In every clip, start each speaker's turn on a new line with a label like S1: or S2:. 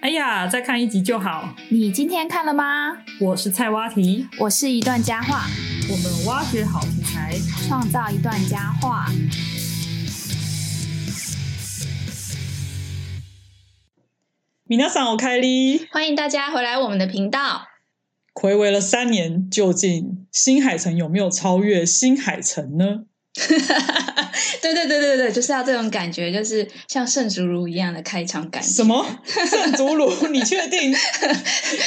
S1: 哎呀，再看一集就好。
S2: 你今天看了吗？
S1: 我是菜蛙题，
S2: 我是一段佳话，
S1: 我们挖掘好题材。
S2: 创造一段佳话。
S1: 米娜桑，我开哩，
S2: 欢迎大家回来我们的频道。
S1: 回违了三年，究竟新海诚有没有超越新海诚呢？
S2: 对对对对对，就是要这种感觉，就是像圣竹如一样的开场感觉。
S1: 什 么圣祖鲁？你确 定？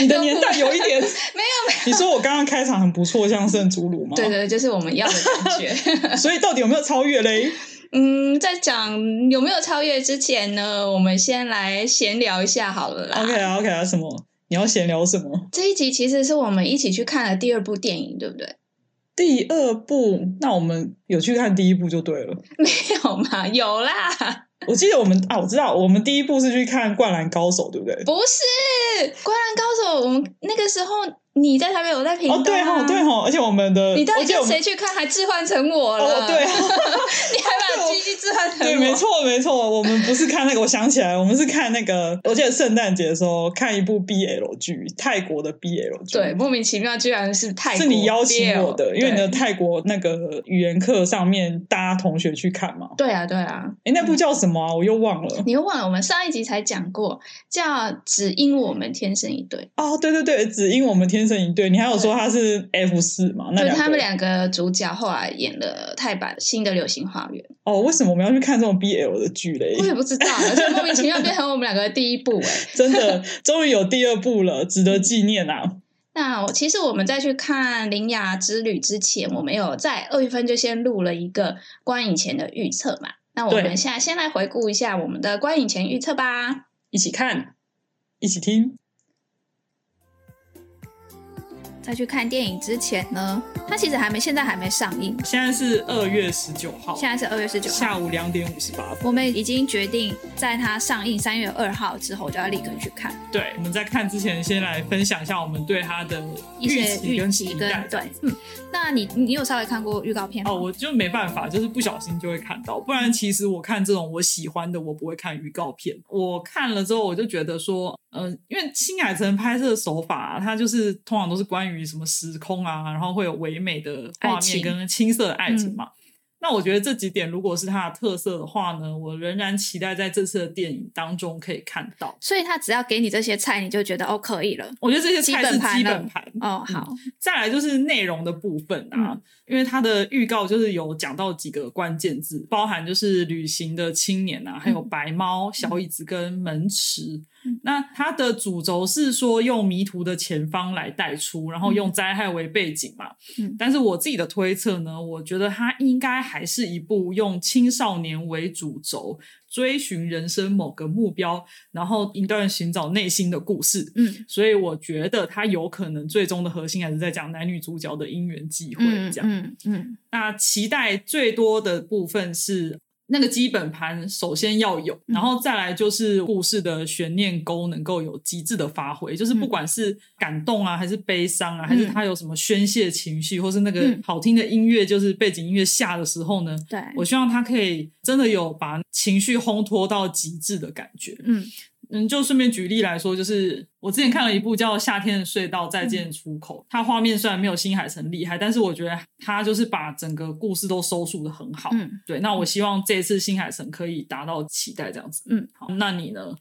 S1: 你的年代有一点 没有没有？你说我刚刚开场很不错，像圣祖鲁吗？
S2: 对对，对就是我们要的感 觉。
S1: 所以到底有没有超越 嘞？
S2: 嗯，在讲有没有超越之前呢，我们先来闲聊一下好了啦。
S1: OK 啊，OK 啊，什么？你要闲聊什么？
S2: 这一集其实是我们一起去看了第二部电影，对不对？
S1: 第二部，那我们有去看第一部就对了。
S2: 没有嘛？有啦，
S1: 我记得我们啊，我知道我们第一部是去看《灌篮高手》，对不对？
S2: 不是《灌篮高手》，我们那个时候你在台北，我在屏东、
S1: 哦，对哦，对哦，而且我们的，
S2: 啊你到
S1: 而
S2: 底
S1: 且
S2: 跟
S1: 我们
S2: 谁啊去看，还置换成我了？
S1: 哦，对，
S2: 你还把鸡鸡置换成我？
S1: 对，没。错，没错，我们不是看那个，我想起来，我们是看那个，我记得圣诞节的时候看一部 BL 剧，泰国的 BL 剧，
S2: 对，，莫名其妙，居然是泰国
S1: 是你邀请
S2: BL
S1: 我的，因为你的
S2: 对
S1: 泰国那个语言课上面，大家同学去看嘛。
S2: 对啊，对啊，
S1: 诶，那部叫什么啊？我又忘了。
S2: 你又忘了我们上一集才讲过，叫“只因我们天生一对
S1: 哦，对对对，只因我们天生一对。你还有说他是 F 四嘛？”，那
S2: 就
S1: 两
S2: 他
S1: 个
S2: 们两个主角后来演了泰版新的《流星花园
S1: 哦，为什么我们要去看这种 BL 的剧嘞》，？
S2: 我也不知道，而且莫名其妙变成我们两个的第一部哎、
S1: 真的，终于有第二部了，值得纪念啊！
S2: 那我其实我们在去看《铃芽之旅》之前，我们有在二月份就先录了一个观影前的预测嘛。那我
S1: 对
S2: 们现在先来回顾一下我们的观影前预测吧。
S1: 一起看，一起听。
S2: 在去看电影之前呢，它其实还没，现在还没上映，
S1: 现在是二月十九号
S2: 现在是二月十九号。
S1: 下午两点五十八分。
S2: 我们已经决定，在它上映三月二号之后就要立刻去看
S1: 对，我们在看之前先来分享一下我们对它的
S2: 一些
S1: 期
S2: 预
S1: 跟
S2: 期
S1: 期
S2: 跟
S1: 待。
S2: 对，嗯，那你你有稍微看过预告片吗？
S1: 哦，我就没办法，就是不小心就会看到，不
S2: 嗯
S1: 然其实我看这种我喜欢的，我不会看预告片。我看了之后，我就觉得说，嗯、因为新海诚拍摄的手法、它就是通常都是关于什么时空啊，然后会有唯美的画
S2: 爱
S1: 面
S2: 情
S1: 跟青涩的爱情
S2: 嗯
S1: 嘛。那我觉得这几点如果是它的特色的话呢，我仍然期待在这次的电影当中可以看到。
S2: 所以他只要给你这些菜，你就觉得哦可以了。
S1: 我觉得这些菜是
S2: 基本盘
S1: 基
S2: 了
S1: 本盘，
S2: 哦，
S3: 嗯
S2: 好，
S1: 再来就是内容的部分啊，
S2: 嗯
S1: 因为它的预告就是有讲到几个关键字，包含就是旅行的青年啊，还有白猫、小椅子跟门池。
S2: 嗯
S1: 那它的主轴是说用迷途的前方来带出，然后用灾害为背景嘛。
S2: 嗯
S1: 但是我自己的推测呢，我觉得它应该还是一部用青少年为主轴，追寻人生某个目标，然后一段寻找内心的故事。
S2: 嗯
S1: 所以我觉得它有可能最终的核心还是在讲男女主角的因缘际会
S2: 嗯
S1: 这样。
S2: 嗯嗯，
S1: 那期待最多的部分是那个基本盘首先要有，然
S2: 嗯
S1: 后再来就是故事的悬念勾能够有极致的发挥，就是
S2: 嗯
S1: 不管是感动啊，还是悲伤啊，还是他有什么宣泄情绪，或是那个
S2: 嗯
S1: 好听的音乐，就是背景音乐下的时候呢，
S2: 对，
S1: 我希望他可以真的有把情绪烘托到极致的感觉。
S2: 嗯
S1: 嗯，就顺便举例来说，就是我之前看了一部叫《夏天的隧道再见
S2: 嗯
S1: 出口》，它画面虽然没有新海诚厉害，但是我觉得它就是把整个故事都收束的很好。
S2: 嗯。
S1: 对，那我希望这一次新海诚可以达到期待这样子。
S2: 嗯，
S1: 好，那你呢？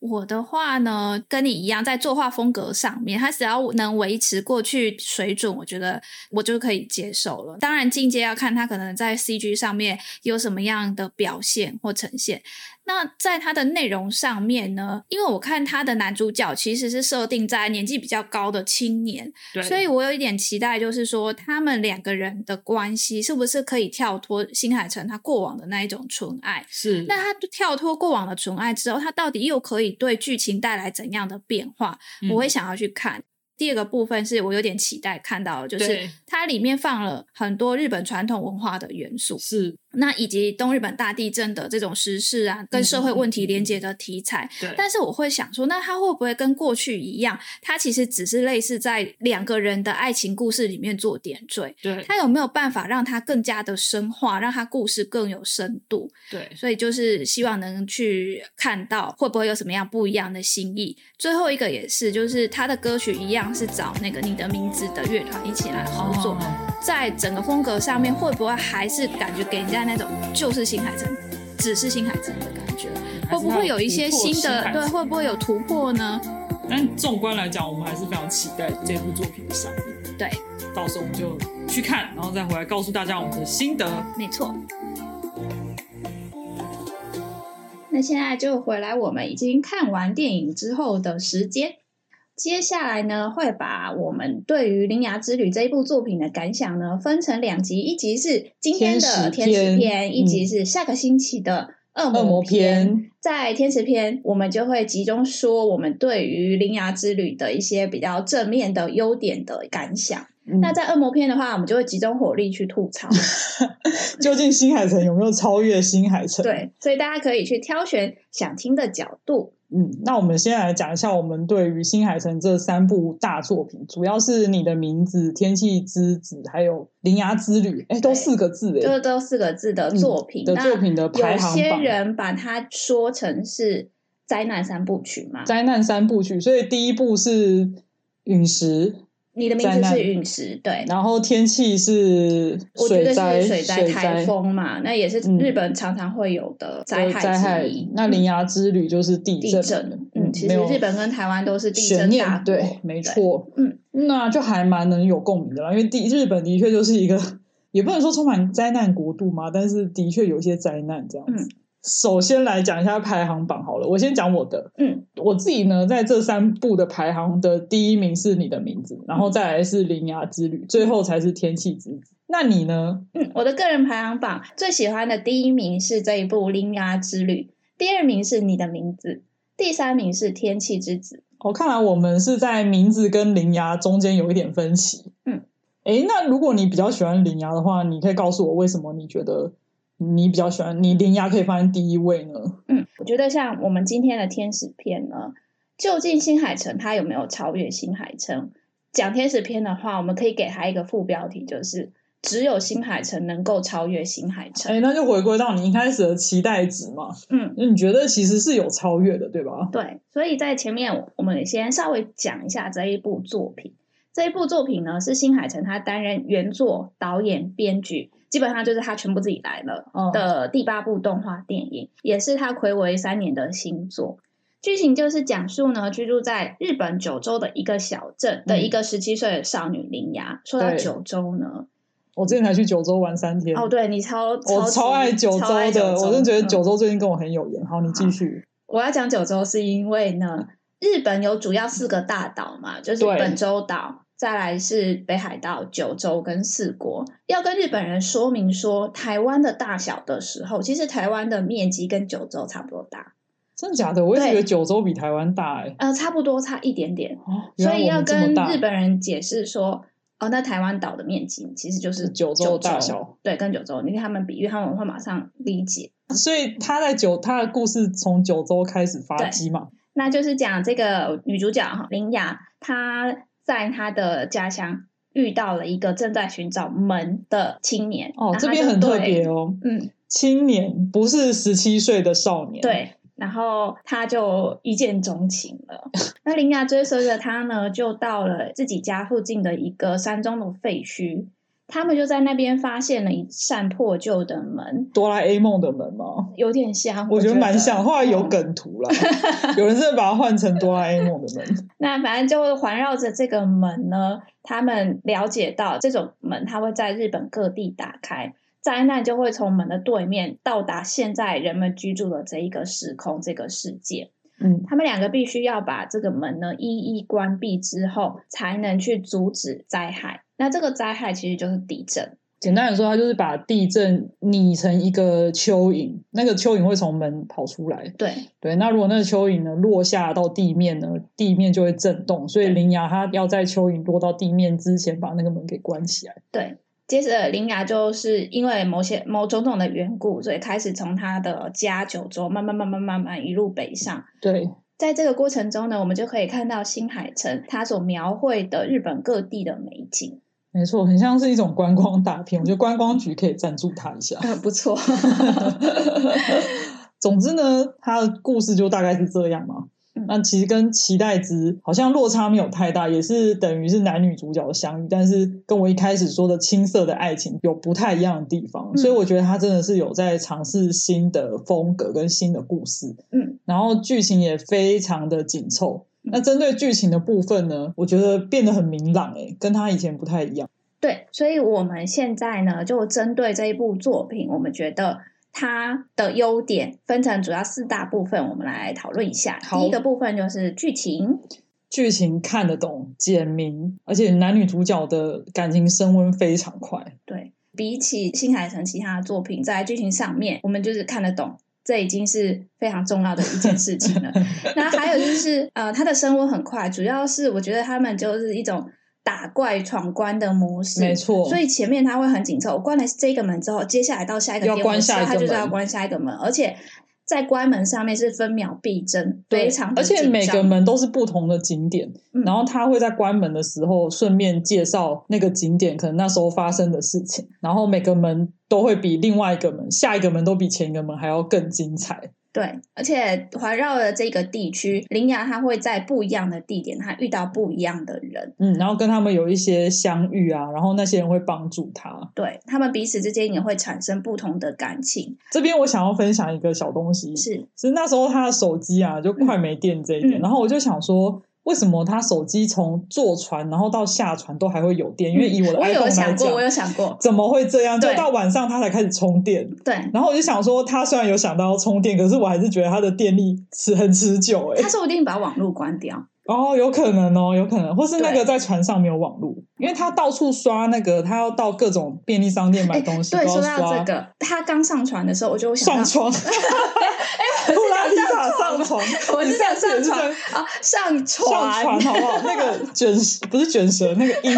S2: 我的话呢，跟你一样，在作画风格上面，它只要能维持过去水准，我觉得我就可以接受了。当然，进阶要看它可能在 CG 上面有什么样的表现或呈现。那在它的内容上面呢，因为我看它的男主角其实是设定在年纪比较高的青年，
S1: 对，
S2: 所以我有一点期待，就是说他们两个人的关系是不是可以跳脱新海诚他过往的那一种纯爱，
S1: 是
S2: 那他跳脱过往的纯爱之后，他到底又可以对剧情带来怎样的变化？
S1: 嗯
S2: 我会想要去看。第二个部分是我有点期待看到的，就是
S1: 对
S2: 它里面放了很多日本传统文化的元素，
S1: 是
S2: 那以及东日本大地震的这种时事啊，
S1: 嗯
S2: 跟社会问题连接的题材。
S4: 对，
S2: 但是我会想说，那它会不会跟过去一样，它其实只是类似在两个人的爱情故事里面做点缀？
S4: 对
S2: 它有没有办法让它更加的深化，让它故事更有深度？
S4: 对
S2: 所以就是希望能去看到会不会有什么样不一样的新意。最后一个也是，就是他的歌曲一样是找那个你的名字的乐团一起来合作，
S4: 哦
S2: 在整个风格上面会不会还是感觉给人家那种就是新海诚，只是新海诚的感觉？会不会有一些新的对？啊会不会有突破呢？
S4: 但纵观来讲，我们还是非常期待这部作品的上映。
S2: 对，
S4: 到时候我们就去看，然后再回来告诉大家我们的心得。
S2: 没错。那现在就回来，我们已经看完电影之后的时间。
S3: 接下来呢，会把我们对于《铃芽之旅》这一部作品的感想呢，分成两集，一集是今天的
S1: 天
S3: 天
S1: 使篇
S3: 使篇，一集
S1: 嗯
S3: 是下个星期的恶
S1: 恶魔
S3: 魔篇。
S1: 篇，
S3: 在天使篇，我们就会集中说我们对于《铃芽之旅》的一些比较正面的优点的感想。
S1: 嗯
S3: 那在恶魔篇的话，我们就会集中火力去吐 槽。
S1: 究竟新海诚有没有超越新海诚？，
S3: 对，所以大家可以去挑选想听的角度。
S1: 嗯，那我们先来讲一下我们对于新海诚这三部大作品，主要是你的名字、天气之子，还有《铃芽之旅》，哎，都
S3: 对
S1: 四个字
S3: 就
S1: 哎
S3: 是都四个字的作
S1: 嗯
S3: 品。
S1: 的
S3: 那
S1: 作品的排行
S3: 有
S1: 榜
S3: 些。人把它说成是灾难三部曲嘛。
S1: 灾难三部曲，所以第一部是陨石，
S3: 你的名字
S1: 灾难
S3: 是陨石，对。
S1: 然后天气是
S3: 我觉
S1: 水
S3: 得
S1: 灾、
S3: 是水灾、台
S1: 灾
S3: 风嘛，那也是
S1: 嗯
S3: 日本常常会有的灾
S1: 对灾
S3: 害
S1: 害
S3: 之一。。
S1: 那铃芽之旅就是地
S3: 地
S1: 震，
S3: 震，嗯，其
S1: 没
S3: 实
S1: 有
S3: 日本跟台湾都是地
S1: 悬
S3: 震
S1: 念
S3: 大国，
S1: 对，没错，
S3: 嗯，
S1: 那就还蛮能有共鸣的啦，因为第日本的确就是一个，也不能说充满灾难国度嘛，但是的确有一些灾难这样子。
S3: 嗯
S1: 首先来讲一下排行榜好了，我先讲我的，
S3: 嗯，
S1: 我自己呢，在这三部的排行的第一名是你的名字，
S3: 嗯
S1: 然后再来是《铃芽之旅》，最后才是《天气之子》。那你呢？
S3: 嗯，我的个人排行榜最喜欢的第一名是这一部《铃芽之旅》，第二名是你的名字，第三名是《天气之子》。
S1: 哦，看来我们是在名字跟铃芽中间有一点分歧。
S3: 嗯，
S1: 诶，那如果你比较喜欢铃芽的话，你可以告诉我为什么你觉得你比较喜欢你铃芽可以放在第一位呢？
S3: 嗯，我觉得像我们今天的天使篇呢，究竟新海诚他有没有超越新海诚？讲天使篇的话，我们可以给他一个副标题，就是只有新海诚能够超越新海诚。
S1: 诶，那就回归到你一开始的期待值嘛，
S3: 嗯，
S1: 你觉得其实是有超越的，对吧？
S3: 对，所以在前面我们先稍微讲一下这一部作品。这一部作品呢，是新海诚他担任原作、导演、编剧，基本上就是他全部自己来了。
S1: 嗯，
S3: 的第八部动画电影，也是他暌违三年的新作。剧情就是讲述呢，居住在日本九州的一个小镇的一个十七岁的少女铃芽。说到
S1: 嗯对
S3: 九州呢，
S1: 我之前才去九州玩三天。
S3: 哦，对你超
S1: 我
S3: 级
S1: 超爱九州
S3: 超爱
S1: 的，
S3: 九
S1: 我真的觉得九
S3: 嗯
S1: 州最近跟我很有缘。好，你继续。
S3: 我要讲九州是因为呢，日本有主要四个大岛嘛，就是
S1: 对
S3: 本州岛，再来是北海道、九州跟四国。要跟日本人说明说台湾的大小的时候，其实台湾的面积跟九州差不多大。
S1: 真的假的？我一直
S3: 对
S1: 以为九州比台湾大哎、
S3: 呃，差不多差一点点，
S1: 哦，原
S3: 所
S1: 来
S3: 以
S1: 我
S3: 要
S1: 们这
S3: 跟
S1: 么大
S3: 日本人解释说，哦，那台湾岛的面积其实就是
S1: 九州
S3: 州
S1: 大小，
S3: 对，跟九州，你跟他们比喻，他们会马上理解。
S1: 所以他在九他的故事从九州开始发
S3: 对
S1: 迹嘛，
S3: 那就是讲这个女主角哈林雅，她在她的家乡遇到了一个正在寻找门的青年，
S1: 哦
S3: 然，后
S1: 这
S3: 她
S1: 边
S3: 就
S1: 很特
S3: 对
S1: 别，哦，
S3: 嗯，
S1: 青年不是十七岁的少年，，
S3: 对。然后她就一见钟情了。那林雅追随着她呢，就到了自己家附近的一个山中的废墟，他们就在那边发现了一扇破旧的门，
S1: 哆啦 A 梦的门嘛，
S3: 有点像，
S1: 我觉得蛮像，后来有
S3: 嗯
S1: 梗图了，有人真的把它换成哆啦 A 梦的门，
S3: 那反正就环绕着这个门呢，他们了解到这种门它会在日本各地打开，灾难就会从门的对面到达现在人们居住的这一个时空、这个世界。
S1: 嗯，
S3: 他们两个必须要把这个门呢一一关闭之后，才能去阻止灾害。那这个灾害其实就是地震，
S1: 简单来说，他就是把地震拟成一个蚯蚓，那个蚯蚓会从门跑出来，
S3: 对
S1: 对，那如果那个蚯蚓呢落下到地面呢，地面就会震动，所以
S3: 对
S1: 铃芽它要在蚯蚓落到地面之前把那个门给关起来。
S3: 对。接着，林雅就是因为某些某种种的缘故，所以开始从他的家九州慢慢慢慢慢慢一路北上。
S1: 对，
S3: 在这个过程中呢，我们就可以看到新海诚他所描绘的日本各地的美景，
S1: 没错，很像是一种观光大片，我觉得观光局可以赞助他一下。
S3: 很嗯不错。
S1: 总之呢，他的故事就大概是这样嘛
S3: 嗯。
S1: 那其实跟期待值好像落差没有太大，也是等于是男女主角的相遇，但是跟我一开始说的青涩的爱情有不太一样的地方，
S3: 嗯
S1: 所以我觉得他真的是有在尝试新的风格跟新的故事，
S3: 嗯，
S1: 然后剧情也非常的紧凑。
S3: 嗯
S1: 那针对剧情的部分呢，我觉得变得很明朗、欸，跟他以前不太一样。
S3: 对，所以我们现在呢，就针对这一部作品，我们觉得它的优点分成主要四大部分，我们来讨论一下。
S1: 好
S3: 第一个部分就是剧情，
S1: 剧情看得懂、简明，而且男女主角的感情升温非常快。
S3: 对，比起新海诚其他的作品，在剧情上面，我们就是看得懂。这已经是非常重要的一件事 情了。那还有就是，呃，它的升温很快，主要是我觉得他们就是一种打怪闯关的模式，
S1: 没错
S3: 所以前面它会很紧凑，我关了这个门之后，接下来到下一个
S1: 要
S3: 店
S1: 关
S3: 的时候
S1: 下一个
S3: 它就是
S1: 门
S3: 要关下一个门，而且在关门上面是分秒必争，非常的
S1: 而且
S3: 紧
S1: 每个
S3: 张
S1: 门都是不同的景点，
S3: 嗯
S1: 然后他会在关门的时候顺便介绍那个景点可能那时候发生的事情，然后每个门都会比另外一个门、下一个门都比前一个门还要更精彩。
S3: 对，而且环绕了这个地区，林雅她会在不一样的地点，她遇到不一样的人，
S1: 嗯，然后跟他们有一些相遇啊，然后那些人会帮助他。
S3: 对他们彼此之间也会产生不同的感情，
S1: 这边我想要分享一个小东西，
S3: 是
S1: 是那时候他的手机啊就快没电这一点，
S3: 嗯
S1: 然后我就想说。为什么他手机从坐船然后到下船都还会有电？因为以我的
S3: 嗯我有
S1: iPhone 来
S3: 想
S1: 讲
S3: 过，，我有想过，
S1: 怎么会这样？就
S3: 对
S1: 到晚上他才开始充电。
S3: 对，
S1: 然后我就想说，他虽然有想到要充电，可是我还是觉得他的电力持很持久、欸。
S3: 他说不定把网络关掉，
S1: 哦，有可能哦，有可能，或是那个
S3: 对
S1: 在船上没有网络，因为他到处刷那个，他要到各种便利商店买
S3: 哎，
S1: 东西，
S3: 对，
S1: 都要
S3: 说
S1: 刷
S3: 到这个，他刚上船的时候，我就想
S1: 上床。
S3: 到，哎
S1: 突然一下上床，
S3: 我
S1: 你
S3: 是想
S1: 上次也
S3: 上
S1: 是
S3: 船
S1: 这样
S3: 啊，上
S1: 上哦船
S3: 船，
S1: 好不好？那个卷不是卷舌，那个 音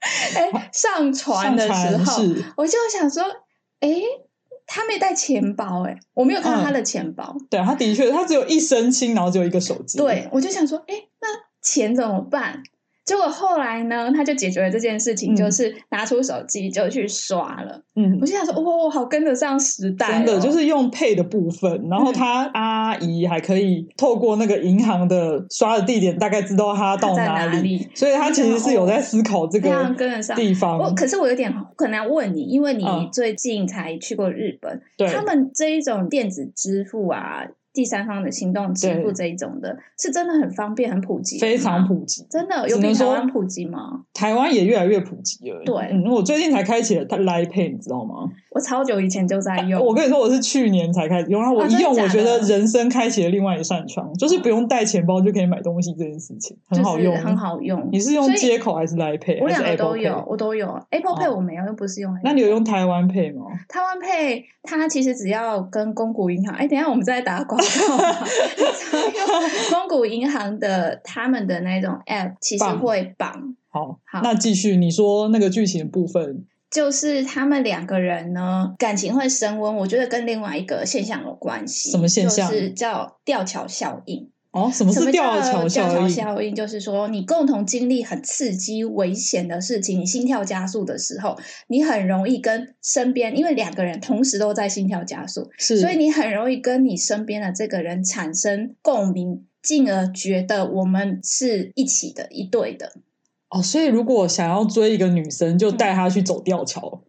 S3: 哎，上船的时
S1: 上
S3: 候，
S1: 船是，
S3: 我就想说，哎，他没带钱包，哎，我没有看到
S1: 嗯
S3: 他的钱包，
S1: 对，他的确，他只有一身轻，然后只有一个手机，
S3: 对，我就想说，哎，那钱怎么办？结果后来呢，他就解决了这件事情，
S1: 嗯
S3: 就是拿出手机就去刷了。
S1: 嗯
S3: 我，就想说，哇、好跟得上时代、哦
S1: 真的就。是用配的部分，然后他
S3: 嗯
S1: 阿姨还可以透过那个银行的刷的地点，大概知道他到
S3: 在
S1: 哪
S3: 哪里
S1: 所以他其实是有在思考这
S3: 非常
S1: 个
S3: 跟得上
S1: 地
S3: 我
S1: 方。
S3: 可是我有点可能要问你，因为你
S1: 嗯
S3: 最近才去过日本，
S1: 对
S3: 他，们这一种电子支付啊，第三方的行动支付
S1: 对
S3: 这一种的，是真的很方便、很普及，
S1: 非常，普及，
S3: 真的
S1: 只
S3: 有比
S1: 能
S3: 台
S1: 说
S3: 湾普及吗？
S1: 台湾也越来越普及了。
S3: 对
S1: 嗯，我最近才开启了它 Line Pay，你知道吗？
S3: 我超久以前就在
S1: 啊
S3: 用，
S1: 呃我跟你说，我是去年才开始用，然后我
S3: 啊
S1: 一用，
S3: 真的
S1: 我
S3: 假
S1: 觉
S3: 的嗯
S1: 得人生开启了另外一扇窗，就是不用带钱包就可以买东西这件事情，很好用，啊
S3: 就是很。好用。
S1: 你是用
S3: 所以
S1: 接口还是 Line Pay？
S3: 我
S1: 还是
S3: 两个
S1: Apple
S3: 都
S1: Pay？
S3: 有，我都有 Apple Pay，
S1: 哦
S3: 我没有，又不是用 Apple
S1: 那
S3: Pay。
S1: 你有用台湾 Pay 吗？
S3: 台湾配它其实只要跟公股银行，哎、等一下我们再打 广告 嘛。只要用公股银行的他们的那种 app 其实
S1: 绑
S3: 会绑，
S1: 好，
S3: 好
S1: 那继续你说那个剧情的部分，
S3: 就是他们两个人呢感情会升温，我觉得跟另外一个现象有关系。
S1: 什么现象
S3: 就是叫吊桥效应。
S1: 哦，什么
S3: 什
S1: 是
S3: 么叫
S1: 吊桥
S3: 吊
S1: 效
S3: 桥
S1: 应？
S3: 效应？就是说你共同经历很刺激、危险的事情，你心跳加速的时候，你很容易跟身边，因为两个人同时都在心跳加速，
S1: 是，
S3: 所以你很容易跟你身边的这个人产生共鸣，进而觉得我们是一起的、一对的。
S1: 哦，所以如果想要追一个女生，就带她去走吊桥，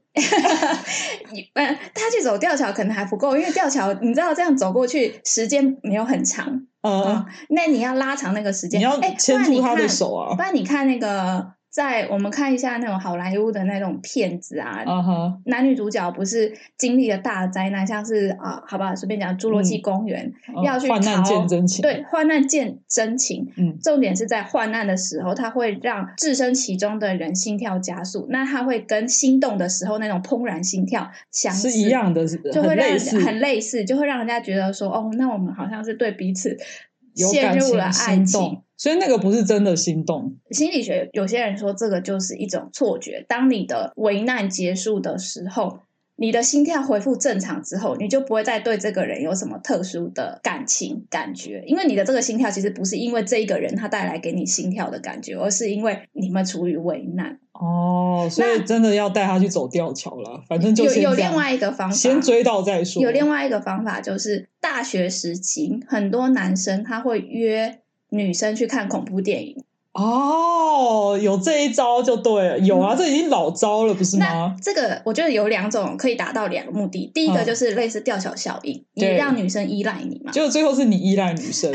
S3: 你嗯，他去走吊桥可能还不够，因为吊桥你知道这样走过去时间没有很长
S1: 呃
S3: 啊、，那你要拉长那个时
S1: 你
S3: 间，
S1: 要
S3: 哎，不
S1: 牵
S3: 然
S1: 住
S3: 你
S1: 她
S3: 看，
S1: 的手啊
S3: 不，然你看那个，在我们看一下那种好莱坞的那种片子啊。
S1: 啊哈，
S3: 男女主角不是经历了大灾难，像是啊，好吧，随便讲《侏罗纪
S1: 嗯
S3: 公园》
S1: 嗯
S3: 要去
S1: 患难
S3: 逃
S1: 见真情，
S3: 对，患难见真情，
S1: 嗯，
S3: 重点是在患难的时候，它会让置身其中的人心跳加速，那它会跟心动的时候那种怦然心跳相似
S1: 是一，样的，是
S3: 就会
S1: 很
S3: 让
S1: 类
S3: 人
S1: 似，
S3: 很类似，就会让人家觉得说，哦，那我们好像是对彼此
S1: 有
S3: 陷
S1: 感
S3: 入
S1: 情
S3: 了爱
S1: 心
S3: 情
S1: 动，所以那个不是真的心动，
S3: 心理学有些人说，这个就是一种错觉。当你的危难结束的时候，你的心跳恢复正常之后，你就不会再对这个人有什么特殊的感情感觉，因为你的这个心跳其实不是因为这一个人他带来给你心跳的感觉，而是因为你们处于危难。
S1: 哦，所以
S3: 那
S1: 真的要带他去走吊桥啦，反正就
S3: 有
S1: 先
S3: 有
S1: 这样
S3: 另外一个方法，
S1: 先追到再说。
S3: 有另外一个方法，就是大学时期很多男生他会约女生去看恐怖电影。
S1: 哦，有这一招就对了，有啊，这已经老招了，不是
S3: 嗯那
S1: 吗？
S3: 这个我觉得有两种可以达到两个目的，第一个
S1: 嗯
S3: 就是类似吊桥效应，你
S1: 对
S3: 让女生依赖你 嘛，
S1: 结果最后是你依赖女 生，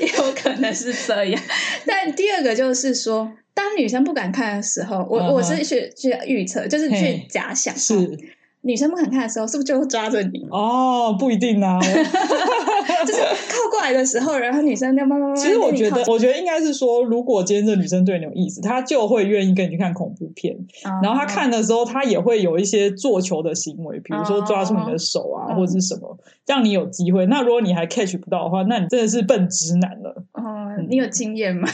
S3: 也有可能是这样。但第二个就是说，当女生不敢看的时候，我、
S1: 嗯哼
S3: 我是去去预测，就是去
S1: 嘿
S3: 假想，啊
S1: 是
S3: 女生不敢看的时候，是不是就会抓着你？
S1: 哦，不一定啊。
S3: 就是靠过来的时候，然后女生就慢慢慢慢
S1: 其实我
S3: 跟你
S1: 觉
S3: 靠
S1: 得，我觉得应该是说，如果今天这女生对你有意思，她就会愿意跟你去看恐怖片。
S3: 近，
S1: 然后她
S3: 哦
S1: 看的时候，她也会有一些做球的行为，比如说抓住你的手啊，
S3: 哦
S1: 或者是什么，让你有机会。那如果你还 catch 不到的话，那你真的是笨直男了。
S3: 哦，
S1: 嗯
S3: 你有经验吗？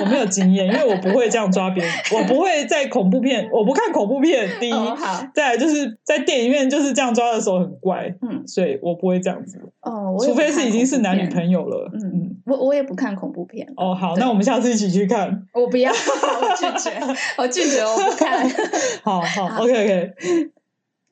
S1: 我没有经验，因为我不会这样抓别人，我不会在恐怖片，我不看恐怖片。第一，
S3: 哦，好，
S1: 再来就是在电影院就是这样抓的手很怪，
S3: 嗯，
S1: 所以我不会这样子，
S3: 哦，我也
S1: 除
S3: 不看
S1: 非是已经是男女
S3: 恐
S1: 朋友了。
S3: 怖片，嗯，我我也不看恐怖片，
S1: 哦，好，
S3: 对
S1: 那我们下次一起去看。
S3: 我不要， 我 拒绝，我拒绝，我不看。
S1: 好好，OK OK，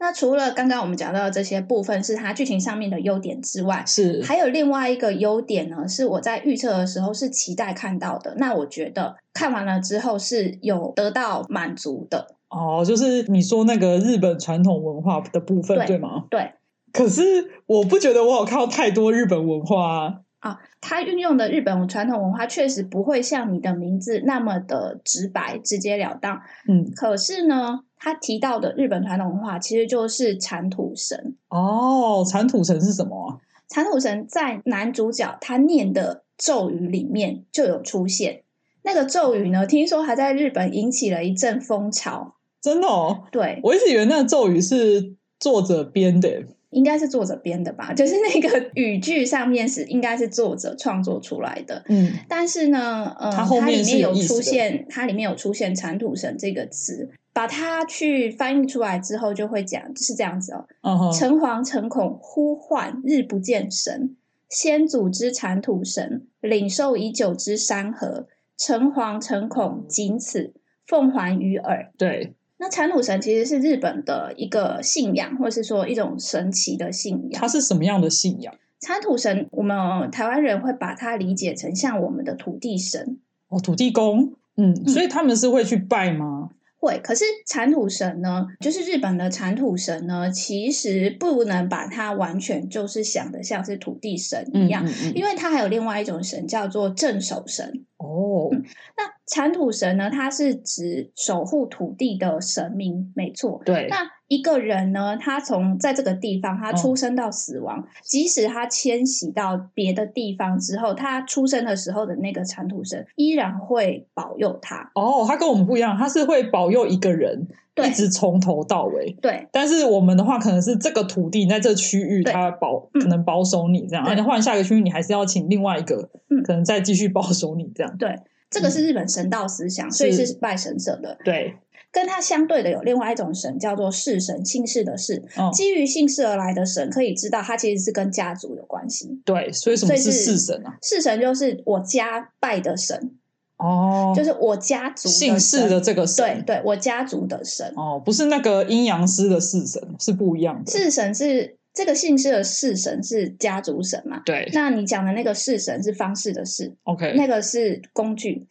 S3: 那除了刚刚我们讲到的这些部分是它剧情上面的优点之外，
S1: 是
S3: 还有另外一个优点呢，是我在预测的时候是期待看到的。那我觉得看完了之后是有得到满足的，
S1: 哦，就是你说那个日本传统文化的部分，
S3: 对
S1: 对吗？
S3: 对。
S1: 可是我不觉得我有看到太多日本文化啊。
S3: 啊，它运用的日本传统文化确实不会像你的名字那么的直白、直截了当。
S1: 嗯，
S3: 可是呢，他提到的日本传统文化其实就是产土神。
S1: 哦，产土城是什么啊？
S3: 产土神在男主角他念的咒语里面就有出现。那个咒语呢，听说还在日本引起了一阵风潮。
S1: 真的哦，
S3: 对，
S1: 我一直以为那个咒语是作者编的耶。
S3: 应该是作者编的吧？就是那个语句上面是应该是作者创作出来的。
S1: 嗯，
S3: 但是呢，呃，
S1: 它后
S3: 它里
S1: 面
S3: 面
S1: 是有
S3: 有
S1: 意思
S3: 出
S1: 的
S3: 现，它里面有出现“产土神”这个词，把它去翻译出来之后，就会讲是这样子哦。
S1: 嗯哼，
S3: 诚惶诚恐，呼唤日不见神。先祖之产土神，领受已久之山河。诚惶诚恐，仅此奉还于耳。
S1: 对，
S3: 那产土神其实是日本的一个信仰，或是说一种神奇的信
S1: 它
S3: 仰。
S1: 是什么样的信仰？
S3: 产土神，我们台湾人会把它理解成像我们的土地神，
S1: 哦，土地公。嗯，所以他们是会去拜吗？
S3: 会。可是产土神呢，就是日本的产土神呢，其实不能把它完全就是想的像是土地神一样，
S1: 嗯，
S3: 因为它还有另外一种神叫做镇守神。
S1: 哦，
S3: 嗯那产土神呢，它是指守护土地的神明，没错。
S1: 对，
S3: 那一个人呢，他从在这个地方，他
S1: 哦
S3: 出生到死亡，即使他迁徙到别的地方之后，他出生的时候的那个产土神依然会保佑他。
S1: 哦，他跟我们不一样，他是会保佑一个人，
S3: 对
S1: 一直从头到尾。
S3: 对
S1: 但是我们的话，可能是这个土地在这区域，
S3: 对
S1: 它保
S3: 嗯
S1: 可能保守你这样，
S3: 对
S1: 而且换下一个区域，你还是要请另外一个
S3: 嗯，
S1: 可能再继续保守你这样。
S3: 对，这
S1: 嗯
S3: 个是日本神道思想，所以是拜神社的。
S1: 对，
S3: 跟它相对的有另外一种神叫做氏神，姓氏的氏，
S1: 嗯，
S3: 基于姓氏而来的神，可以知道它其实是跟家族有关系。
S1: 对，所以什么
S3: 所
S1: 是
S3: 以是
S1: 式神啊？
S3: 氏神就是我家拜的神，
S1: 哦，
S3: 就是我家族的
S1: 姓氏
S3: 神
S1: 的这个
S3: 对
S1: 神，
S3: 对，我家族的神。
S1: 哦，不是那个阴阳师的式神，是不一样的。
S3: 式神是这个姓氏的氏神是家族神嘛？
S1: 对
S3: 那你讲的那个式神是方式的式，
S1: ，OK，
S3: 那个是工具，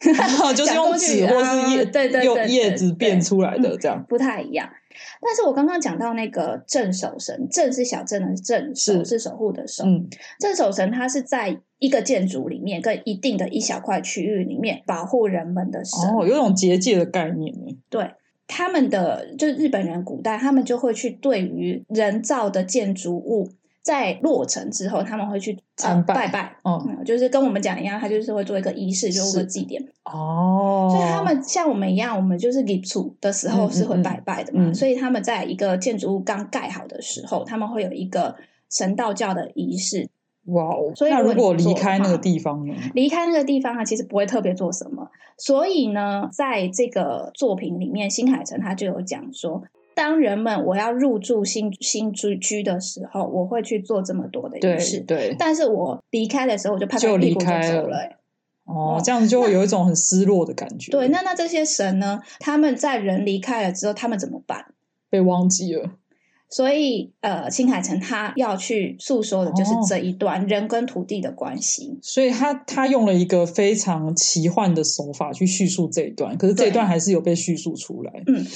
S1: 就是
S3: 讲
S1: 用
S3: 过去
S1: 纸或
S3: 啊
S1: 是叶，
S3: 对对对
S1: 用
S3: 对
S1: 叶子
S3: 对
S1: 变出来的
S3: 嗯
S1: 这样。
S3: 不太一样。但是我刚刚讲到那个镇守神，镇是小镇的镇，守
S1: 是
S3: 是守护的守。
S1: 嗯，
S3: 镇守神它是在一个建筑里面，跟一定的一小块区域里面保护人们的神。
S1: 哦，有种结界的概念欸呢。
S3: 对，他们的就是日本人古代，他们就会去对于人造的建筑物，在落成之后，他们会去、呃
S1: 参拜
S3: 拜拜。
S1: 嗯，
S3: 嗯，就是跟我们讲一样，他就是会做一个仪式，就是是个祭典。
S1: 哦，
S3: 所以他们像我们一样，我们就是礼祖的时候
S1: 嗯
S3: 是会
S1: 嗯嗯
S3: 拜拜的嘛。
S1: 嗯
S3: 所以他们在一个建筑物刚盖好的时候，他们会有一个神道教的仪式，
S1: 哇哦！
S3: 所以
S1: 那
S3: 如
S1: 如
S3: 果
S1: 果
S3: 你
S1: 离
S3: 做
S1: 开
S3: 的
S1: 那个
S3: 话
S1: 地方呢？
S3: 离开那个地方啊，其实不会特别做什么。所以呢，在这个作品里面，新海诚他就有讲说，当人们我要入住新新居居的时候，我会去做这么多的仪
S1: 对
S3: 式，
S1: 对，
S3: 但是我离开的时候，我就拍
S1: 就
S3: 拍屁
S1: 离
S3: 股就
S1: 开
S3: 走
S1: 了
S3: 了、欸
S1: 哦
S3: 哦，
S1: 这样子就会有一种很失落的感觉。
S3: 对，那那这些神呢？他们在人离开了之后，他们怎么办？
S1: 被忘记了。
S3: 所以，呃，新海诚他要去诉说的就是
S1: 哦
S3: 这一段人跟土地的关系。
S1: 所以他他用了一个非常奇幻的手法去叙述这一段，可是这一
S3: 对
S1: 段还是有被叙述出来。
S3: 嗯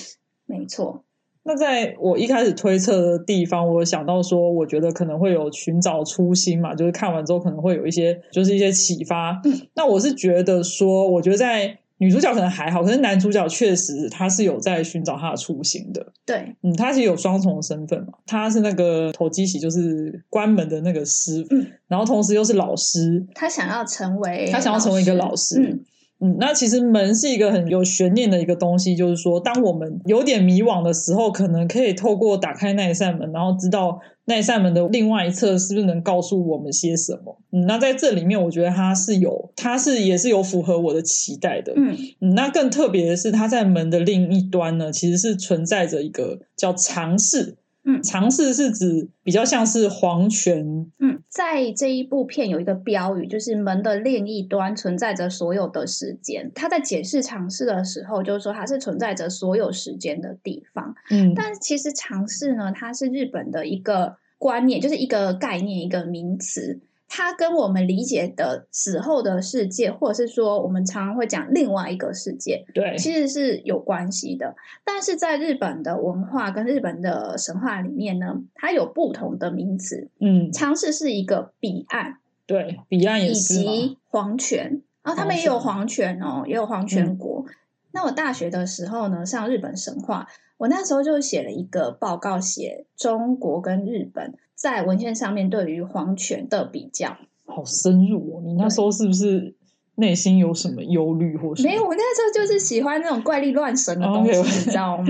S3: 没错，
S1: 那在我一开始推测的地方，我有想到说，我觉得可能会有寻找初心嘛，就是看完之后可能会有一些，就是一些启发。
S3: 嗯，
S1: 那我是觉得说，我觉得在女主角可能还好，可是男主角确实他是有在寻找他的初心的。
S3: 对，
S1: 嗯，他其实有双重身份嘛，他是那个投机喜，就是关门的那个师，
S3: 嗯
S1: 然后同时又是老师，
S3: 他想要成为
S1: 他想要成为一个老师。
S3: 嗯，
S1: 嗯，那其实门是一个很有悬念的一个东西，就是说，当我们有点迷惘的时候，可能可以透过打开那一扇门，然后知道那一扇门的另外一侧是不是能告诉我们些什么。嗯，那在这里面，我觉得他是有，他是也是有符合我的期待的。
S3: 嗯，
S1: 嗯，那更特别的是，它在门的另一端呢，其实是存在着一个叫尝试。
S3: 嗯
S1: 尝试是指比较像是皇权，
S3: 嗯，在这一部片有一个标语，就是门的另一端存在着所有的时间。他在解释尝试的时候，就是说它是存在着所有时间的地方。
S1: 嗯，
S3: 但其实尝试呢，它是日本的一个观念，就是一个概念，一个名词。它跟我们理解的死后的世界，或者是说我们常常会讲另外一个世界，
S1: 对，
S3: 其实是有关系的。但是在日本的文化跟日本的神话里面呢，它有不同的名词。
S1: 嗯，
S3: 尝试是一个彼岸，
S1: 对，彼岸也
S3: 以
S1: 是嘛，
S3: 及黄泉，然后他们也有
S1: 黄
S3: 黄泉哦，也有黄泉
S1: 嗯
S3: 国。那我大学的时候呢，上日本神话，我那时候就写了一个报告，写中国跟日本在文献上面对于黄泉的比较。
S1: 好深入哦。你那时候是不是内心有什么忧虑或什么？
S3: 没有，我那时候就是喜欢那种怪力乱神的东西
S1: OK，
S3: 你知道吗？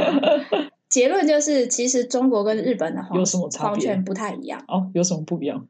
S3: 结论就是，其实中国跟日本的黄
S1: 有什么差别
S3: 黄泉不太一样。
S1: 哦，有什么不一样？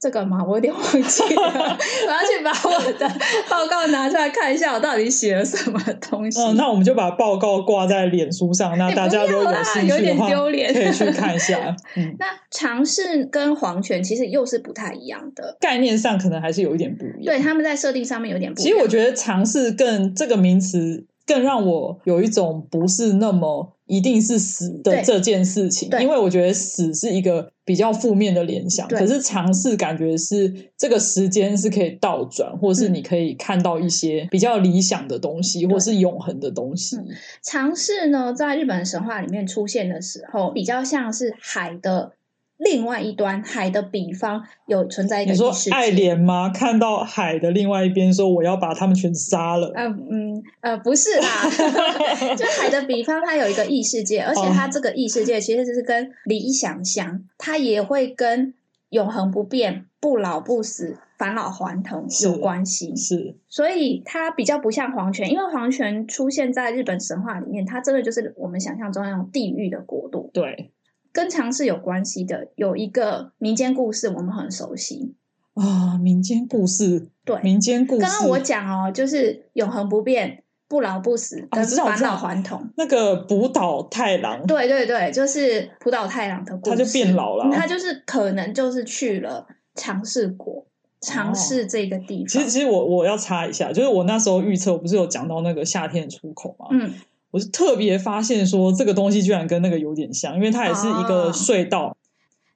S3: 这个嘛，我有点忘记了，我要去把我的报告拿出来看一下，我到底写了什么东西。
S1: 嗯，那我们就把报告挂在脸书上，那
S3: 哎
S1: 大家
S3: 不
S1: 如
S3: 要
S1: 果
S3: 啦
S1: 兴趣
S3: 有
S1: 的
S3: 点
S1: 话，
S3: 丢脸
S1: 可以去看一下。嗯，
S3: 那尝试跟黄泉其实又是不太一样的，
S1: 概念上可能还是有一点不一样。
S3: 对，他们在设定上面有点不一
S1: 其
S3: 样。
S1: 实我觉得“尝试”更这个名词更让我有一种不是那么一定是死的
S3: 对
S1: 这件事情，
S3: 对
S1: 因为我觉得死是一个比较负面的联想，
S3: 对
S1: 可是尝试感觉是这个时间是可以倒转，或
S3: 嗯
S1: 是你可以看到一些比较理想的东西，或是永恒的东西。
S3: 嗯尝试呢，在日本神话里面出现的时候，比较像是海的另外一端，海的彼方有存在一个
S1: 你说
S3: 异世界
S1: 爱莲吗？看到海的另外一边，说我要把他们全杀了。
S3: 呃嗯呃，不是 啦，就海的比方，它有一个异世界，而
S1: 哦
S3: 且它这个异世界其实是跟理想相，它也会跟永恒不变、不老不死、返老还童有
S1: 是
S3: 关系。
S1: 是
S3: 所以它比较不像黄泉，因为黄泉出现在日本神话里面，它真的就是我们想象中那种地狱的国度。
S1: 对
S3: 跟尝试有关系的有一个民间故事，我们很熟悉。
S1: 啊，民间故事，
S3: 对，
S1: 民间故事。
S3: 刚刚我讲哦，就是永恒不变、不老不死
S1: 啊我
S3: 跟
S1: 知道我
S3: 返
S1: 知道
S3: 老还童。
S1: 那个捕岛太郎，
S3: 对对对，就是浦岛太郎的故
S1: 他
S3: 事，
S1: 就变老了哦
S3: 嗯他就是可能就是去了尝试国，尝试这个地
S1: 哦其
S3: 方。
S1: 实，其实我我要插一下，就是我那时候预测，我不是有讲到那个夏天的出口嘛，
S3: 嗯，
S1: 我是特别发现说这个东西居然跟那个有点像，因为它也是一个
S3: 哦
S1: 隧道，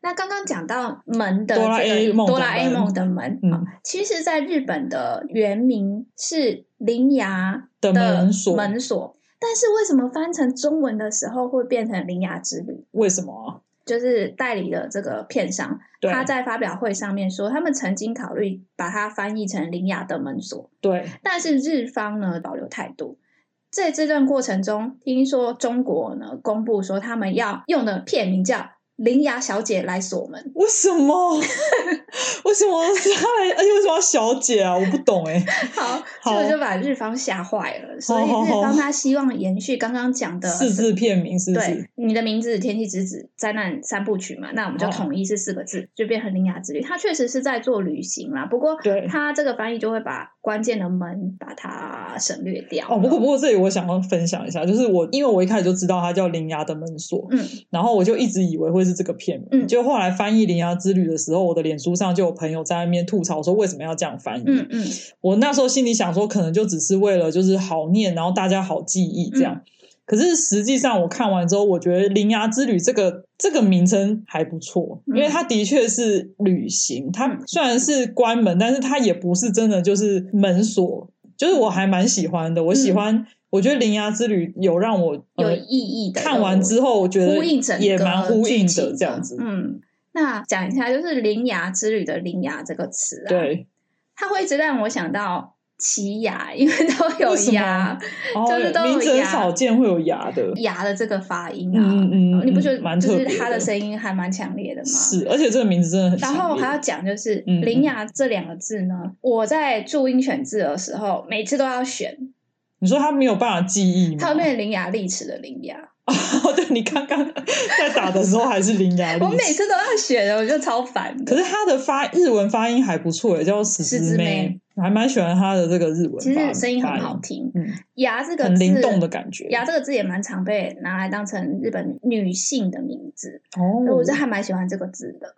S3: 那刚刚讲到门的
S1: 哆啦
S3: 这
S1: A
S3: 个
S1: 梦的
S3: 哆啦 A
S1: 门
S3: 梦的门，
S1: 嗯
S3: 啊其实在日本的原名是铃芽
S1: 的门锁
S3: 门锁，但是为什么翻成中文的时候会变成铃芽之旅？
S1: 为什么啊？
S3: 就是代理的这个片商，
S1: 对
S3: 他在发表会上面说，他们曾经考虑把它翻译成铃芽的门锁，
S1: 对，
S3: 但是日方呢保留态度。在这段过程中，听说中国呢公布说他们要用的片名叫《伶牙小姐来锁门，
S1: 为什么？ 为什么 是她来？而且为什么要小姐啊？我不懂 哎、
S3: 好，
S1: 好
S3: 这就把日方吓坏了。所以
S1: 好
S3: 日
S1: 好好
S3: 方他希望延续刚刚讲的
S1: 四字片名是不
S3: 啊对
S1: 是？，
S3: 你的名字《天气之子》灾难三部曲嘛，那我们就
S1: 哦
S3: 统一是四个字，就变成伶牙之旅。他确实是在做旅行啦，不过
S1: 对
S3: 他这个翻译就会把关键的门把它省略掉。
S1: 哦，不过不过这里我想要分享一下，就是我因为我一开始就知道它叫《铃芽的门锁》，
S3: 嗯，
S1: 然后我就一直以为会是这个片名，
S3: 嗯
S1: 就后来翻译《铃芽之旅》的时候，我的脸书上就有朋友在那边吐槽说为什么要这样翻译，
S3: 嗯嗯
S1: 我那时候心里想说，可能就只是为了就是好念，然后大家好记忆这样。
S3: 嗯
S1: 可是实际上我看完之后，我觉得《铃芽之旅》这个这个名称还不错，因
S3: 嗯
S1: 为它的确是旅行，它
S3: 嗯
S1: 虽然是关门，但是它也不是真的就是门锁，就是我还蛮喜欢的。我喜欢，我觉得《铃芽之旅》有让我
S3: 嗯有
S1: 呃
S3: 意义的。
S1: 看完之后，我觉得
S3: 呼应整个
S1: 也蛮呼应
S3: 剧
S1: 的
S3: 情
S1: 这样子。
S3: 嗯，那讲一下就是“伶牙之旅”的“伶牙”这个词啊，，
S1: 对，
S3: 它会一直让我想到奇牙，因为都有
S1: 为什么
S3: 牙
S1: 哦
S3: 嗯就是都有
S1: 名字很
S3: 牙
S1: 少见会有牙的，
S3: 牙的这个发音啊，
S1: 嗯嗯嗯
S3: 你不觉得
S1: 嗯蛮
S3: 就
S1: 特
S3: 是
S1: 别
S3: 它
S1: 的
S3: 的声音还蛮强烈的吗？
S1: 是，而且这个名字真的很
S3: 然
S1: 强烈。
S3: 后还要讲就是“
S1: 嗯嗯
S3: 伶牙”这两个字呢，我在注音选字的时候，每次都要选，
S1: 你说他没有办法记忆吗？
S3: 它会变成伶牙俐齿的伶牙，
S1: 哦， 对你刚刚在打的时候还是伶牙
S3: 我
S1: 俐
S3: 每
S1: 齿。
S3: 次都要选的，我就超烦
S1: 嗯
S3: 的
S1: 可。是他的发日文发音还不错，也叫史
S3: 石
S1: 之
S3: 之
S1: 妹
S3: 妹，
S1: 我还蛮喜欢他的这个日文发。
S3: 其实声音很好
S1: 发
S3: 听，
S1: 音，
S3: 牙这
S1: 嗯，
S3: 个
S1: 很
S3: 字
S1: 灵动的感觉。
S3: 牙这个字也蛮常被拿来当成日本女性的名字，所以
S1: 哦
S3: 我就，还蛮喜欢这个字的。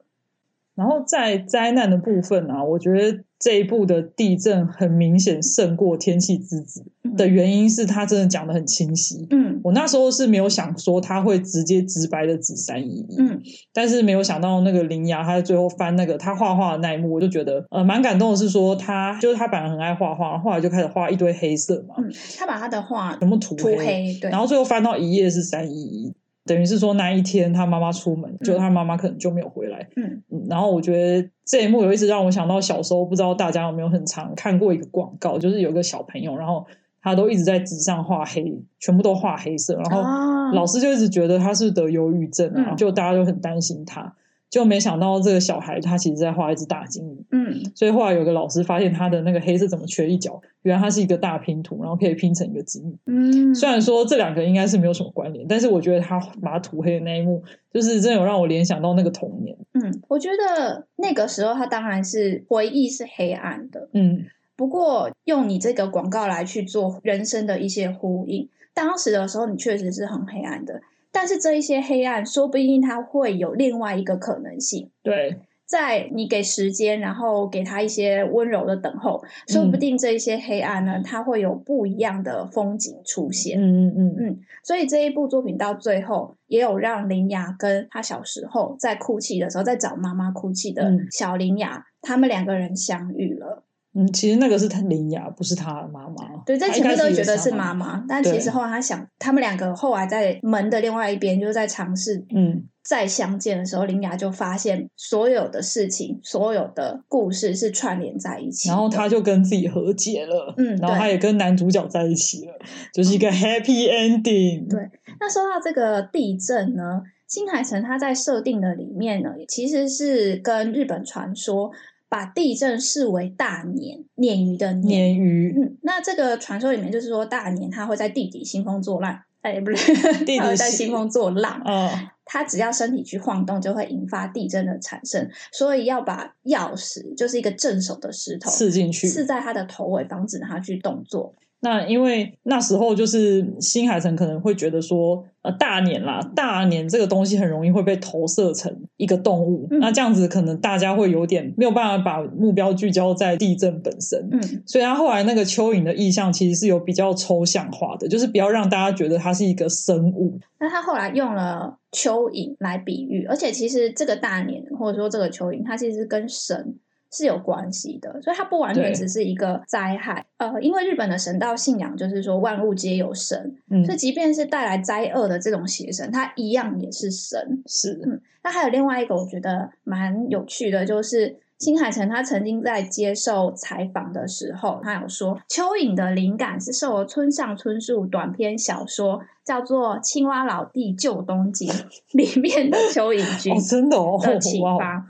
S1: 然后在灾难的部分啊，我觉得这一部的地震很明显胜过《天气之子》的原因是他真的讲的很清晰。
S3: 嗯
S1: 我那时候是没有想说他会直接直白的指三一一，
S3: 嗯
S1: 但是没有想到那个林芽，她最后翻那个她画画的那一幕，我就觉得呃蛮感动的是说她就是她本来很爱画画，后来就开始画一堆黑色嘛，
S3: 嗯，他把他的画
S1: 全部涂
S3: 涂黑，对
S1: 然，后最后翻到一页是三一一，等于是说那一天她妈妈出门，就她妈妈可能就没有回来。
S3: 嗯
S1: 嗯，然后我觉得这一幕有一直让我想到小时候，不知道大家有没有很常看过一个广告，就是有一个小朋友，然后他都一直在纸上画黑，全部都画黑色，然后
S3: 哦
S1: 老师就一直觉得他是得忧郁症啊，
S3: 嗯
S1: 就大家就很担心他，就没想到这个小孩他其实在画一只大金鱼，
S3: 嗯
S1: 所以后来有个老师发现他的那个黑色怎么缺一角，原来他是一个大拼图，然后可以拼成一个金鱼。
S3: 嗯，
S1: 虽然说这两个应该是没有什么关联，但是我觉得他把它涂黑的那一幕，就是真的有让我联想到那个童年。
S3: 嗯，我觉得那个时候他当然是回忆是黑暗的，
S1: 嗯，
S3: 不过用你这个广告来去做人生的一些呼应，当时的时候你确实是很黑暗的，但是这一些黑暗说不定它会有另外一个可能性。
S1: 对，
S3: 在你给时间，然后给他一些温柔的等候，说
S1: 嗯
S3: 不定这一些黑暗呢，它会有不一样的风景出现。
S1: 嗯嗯嗯，
S3: 所以这一部作品到最后，也有让林雅跟她小时候在哭泣的时候，在找妈妈哭泣的
S1: 嗯
S3: 小林雅，他们两个人相遇了。
S1: 嗯，其实那个是他林雅，不是他妈妈。
S3: 对，在
S1: 他一
S3: 前面
S1: 开
S3: 都
S1: 始
S3: 会
S1: 以为
S3: 觉得
S1: 他
S3: 是妈。妈，但
S1: 对
S3: 其实后来他想，他们两个后来在门的另外一边，就是在尝试
S1: 嗯，
S3: 再相见的时候，林雅就发现所有的事情、所有的故事是串联在一起的。
S1: 然后他就跟自己和解了，
S3: 嗯
S1: 然后
S3: 对哦
S1: 他也跟男主角在一起了，就是一个 happy ending。
S3: 对那说到这个地震呢，新海诚他在设定的里面呢，其实是跟日本传说把地震视为大年鲶鱼的鲶。
S1: 鲶鱼，
S3: 嗯，那这个传说里面就是说大年它会在地底兴风作浪，哎，不是，
S1: 地
S3: 它会
S1: 底
S3: 在
S1: 兴
S3: 兴风作浪。
S1: 嗯，
S3: 它只要身体去晃动，就会引发地震的产生，所以要把钥匙，就是一个镇守的石头，
S1: 刺进去。
S3: 刺在它的头尾，防止它去动作。
S1: 那因为那时候就是新海诚可能会觉得说，呃，大年啦，大年这个东西很容易会被投射成一个动物，
S3: 嗯
S1: 那这样子可能大家会有点没有办法把目标聚焦在地震本身。
S3: 嗯，
S1: 所以他后来那个蚯蚓的意象其实是有比较抽象化的，就是不要让大家觉得它是一个生物，
S3: 那他后来用了蚯蚓来比喻，而且其实这个大年或者说这个蚯蚓，它其实跟神是有关系的，所以它不完全
S1: 对
S3: 只是一个灾害。呃，因为日本的神道信仰就是说万物皆有神，
S1: 嗯
S3: 所以即便是带来灾厄的这种邪神，它一样也是神。嗯
S1: 是
S3: 那还有另外一个我觉得蛮有趣的，就是新海诚他曾经在接受采访的时候，他有说，蚯蚓的灵感是受了村上春树短篇小说叫做《青蛙老弟旧东京》 里面的蚯蚓君
S1: 哦，真的哦，
S3: 的启
S1: 哇
S3: 发。
S1: 嗯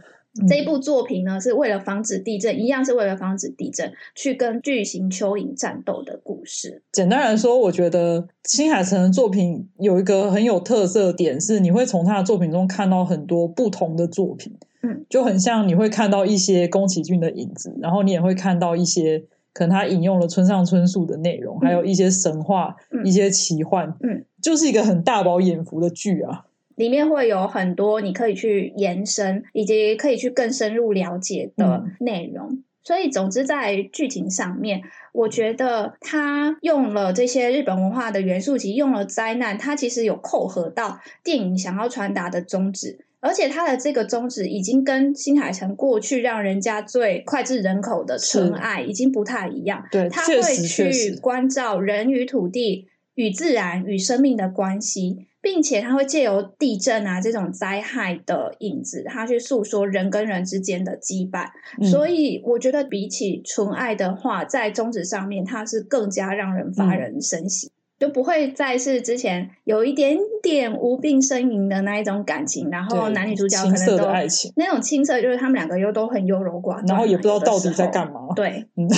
S3: 这一部作品呢，是为了防止地震，一样是为了防止地震，去跟巨型蚯蚓战斗的故事。
S1: 简单来说，我觉得新海诚的作品有一个很有特色的点是，你会从他的作品中看到很多不同的作品，
S3: 嗯，
S1: 就很像你会看到一些宫崎骏的影子，然后你也会看到一些可能他引用了村上春树的内容，还有一些神话、
S3: 嗯
S1: 一些奇幻，
S3: 嗯，
S1: 就是一个很大饱眼福的剧啊。
S3: 里面会有很多你可以去延伸，以及可以去更深入了解的内容。所以，总之在剧情上面，我觉得他用了这些日本文化的元素，及用了灾难，它其实有扣合到电影想要传达的宗旨。而且它的这个宗旨已经跟新海诚过去让人家最脍炙人口的《
S1: 是
S3: 纯爱》已经不太一样，
S1: 对，
S3: 他
S1: 确
S3: 会
S1: 实确
S3: 去
S1: 实，
S3: 关照人与土地、与自然、与生命的关系，并且他会借由地震啊这种灾害的影子，他去诉说人跟人之间的羁绊。
S1: 嗯
S3: 所以我觉得比起纯爱的话，在宗旨上面，它是更加让人发
S1: 嗯
S3: 人深省。就不会再是之前有一点点无病呻吟的那一种感情，然后
S1: 对
S3: 男女主角可
S1: 青
S3: 能
S1: 涩
S3: 都
S1: 的爱情
S3: 那种青涩，就是他们两个又都很优柔寡断啊，
S1: 然后也不知道
S3: 有的
S1: 到底
S3: 时
S1: 在
S3: 候
S1: 干嘛。
S3: 对，
S1: 嗯，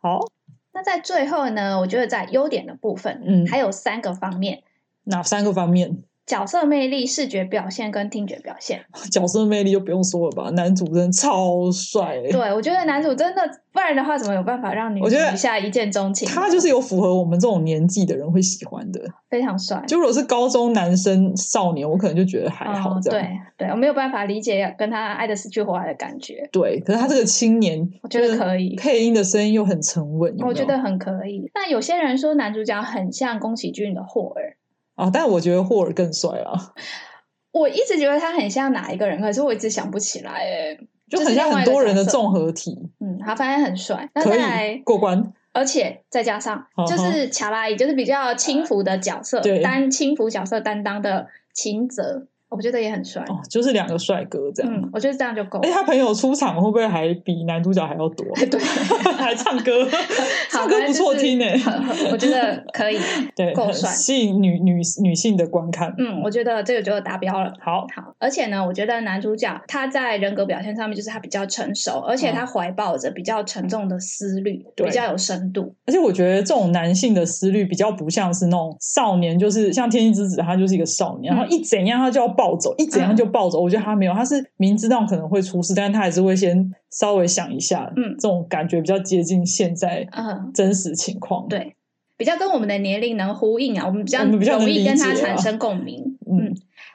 S1: 好，
S3: 那在最后呢，我觉得在优点的部分，
S1: 嗯
S3: 还有三个方面：
S1: 哪三个方面？
S3: 角色魅力、视觉表现跟听觉表现。
S1: 角色魅力就不用说了吧，男主真的超帅、欸，
S3: 对，我觉得男主真的，不然的话怎么有办法让女
S1: 我
S3: 主
S1: 觉得
S3: 一下一见钟情？
S1: 他就是有符合我们这种年纪的人会喜欢的。
S3: 非常帅。
S1: 就如果是高中男生少年，我可能就觉得还好
S3: 哦
S1: 这样。
S3: 对对，我没有办法理解跟他爱的死去活来的感觉，
S1: 对可是他这个青年，
S3: 我觉得可
S1: 以，
S3: 以。
S1: 配音的声音又很沉稳，有没有
S3: 我觉得很可以。那有些人说男主角很像宫崎骏的霍尔，
S1: 啊，但我觉得霍尔更帅啊，
S3: 我一直觉得他很像哪一个人，可是我一直想不起来。哎
S1: 就
S3: 就是
S1: 很像
S3: 另外
S1: 很
S3: 一个
S1: 多人的
S3: 角色
S1: 综合体，
S3: 嗯，他反正很帅。那
S1: 可
S3: 再来
S1: 以过关。哦
S3: 而且再加上
S1: 嗯哼
S3: 就是卡拉伊，就是比较轻浮的角色，
S1: 对
S3: 担轻浮角色担当的秦泽，我觉得也很帅。
S1: 哦，就是两个帅哥这样。
S3: 嗯，我觉得这样就够
S1: 哎、
S3: 了。
S1: 他朋友出场会不会还比男主角还要多？
S3: 对，
S1: 还唱歌，
S3: 好
S1: 唱歌不错听呢、欸
S3: 反正就是我觉得可以。
S1: 对，
S3: 够
S1: 很
S3: 帅
S1: 吸引女女女性的观看。
S3: 嗯，我觉得这个就达标了。
S1: 好，
S3: 好，而且呢，我觉得男主角他在人格表现上面，就是他比较成熟，而且他怀抱着比较沉重的思虑，
S1: 嗯对
S3: 比较有深度。
S1: 而且我觉得这种男性的思虑比较不像是那种少年，就是像天气之子，他就是一个少年，
S3: 嗯
S1: 然后一怎样他就要暴走，一怎样就暴走。我觉得他没有，他是明知道可能会出事，但是他还是会先稍微想一下，
S3: 嗯
S1: 这种感觉比较接近现在
S3: 嗯，
S1: 真实情况。
S3: 对，比较跟我们的年龄能呼应啊，我们比较
S1: 我们比较能
S3: 容易跟他
S1: 理解啊
S3: 产生共鸣。
S1: 嗯
S3: 嗯，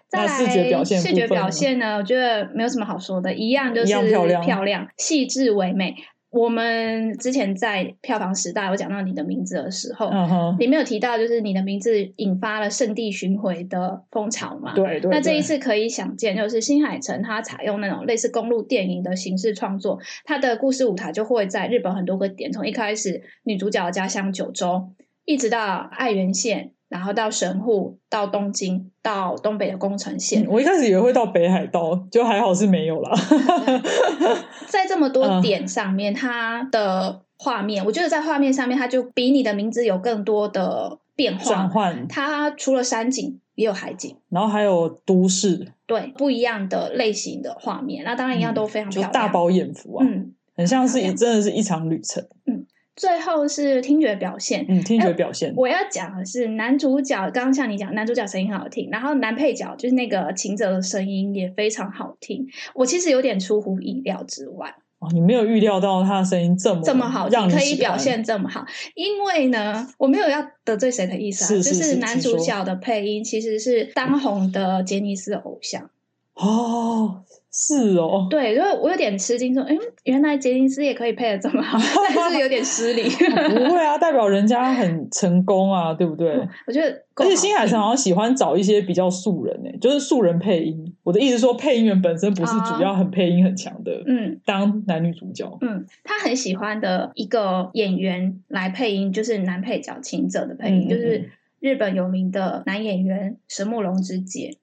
S3: 再
S1: 那
S3: 来
S1: 视觉表现
S3: 视
S1: 部
S3: 觉
S1: 分
S3: 表
S1: 呢
S3: 现呢，我觉得没有什么好说的，一样就是
S1: 一样漂亮
S3: 漂亮、细致唯美。我们之前在票房时代，我讲到你的名字的时候，
S1: 嗯哼，
S3: 里面有提到，就是你的名字引发了圣地巡回的风潮嘛。
S1: 对对。
S3: 那这一
S1: 对
S3: 次可以想见，就是新海诚他采用那种类似公路电影的形式创作，他的故事舞台就会在日本很多个点，从一开始女主角的家乡九州，一直到爱媛县，然后到神户，到东京，到东北的宫城县
S1: 嗯，我一开始以为会到北海道，就还好是没有啦。
S3: 在这么多
S1: 嗯
S3: 点上面，它的画面，我觉得在画面上面，它就比你的名字有更多的变
S1: 转
S3: 化。
S1: 换，
S3: 它除了山景，也有海景。
S1: 然后还有都市，
S3: 对，不一样的类型的画面，那当然一样
S1: 嗯
S3: 都非常
S1: 就
S3: 漂亮。
S1: 大饱眼福啊，
S3: 嗯，
S1: 很像是
S3: 漂
S1: 一
S3: 亮
S1: 真的是一场旅程。
S3: 最后是听觉表现。
S1: 嗯，听
S3: 哎
S1: 觉表现，
S3: 我要讲的是男主角，刚刚像你讲，男主角声音很好听，然后男配角就是那个秦泽的声音也非常好听。我其实有点出乎意料之外，
S1: 哦，你没有预料到他的声音这么
S3: 这么好
S1: 哦让
S3: 听，
S1: 你
S3: 可以
S1: 喜欢
S3: 表现这么好，因为呢，我没有要得罪谁的意思啊，
S1: 是是
S3: 就是男
S1: 请
S3: 主
S1: 说
S3: 角的配音其实是当红的杰尼斯的偶像。
S1: 哦，是哦，
S3: 对，因为我有点吃惊，说，嗯，原来杰尼斯也可以配的这么好， 但是有点 失礼。
S1: 不会啊，代表人家很成功啊，对不对？
S3: 我觉得嗯够
S1: 而
S3: 好听，
S1: 且新海诚好像喜欢找一些比较素人诶、就是素人配音。我的意思是说，配音员本身不是主要很配音很强的，
S3: 哦嗯
S1: 当男女主角。
S3: 嗯，他很喜欢的一个演员来配音，就是男配角秦泽的配音，
S1: 嗯
S3: 就
S1: 嗯嗯
S3: 是日本有名的男演员神木隆之介。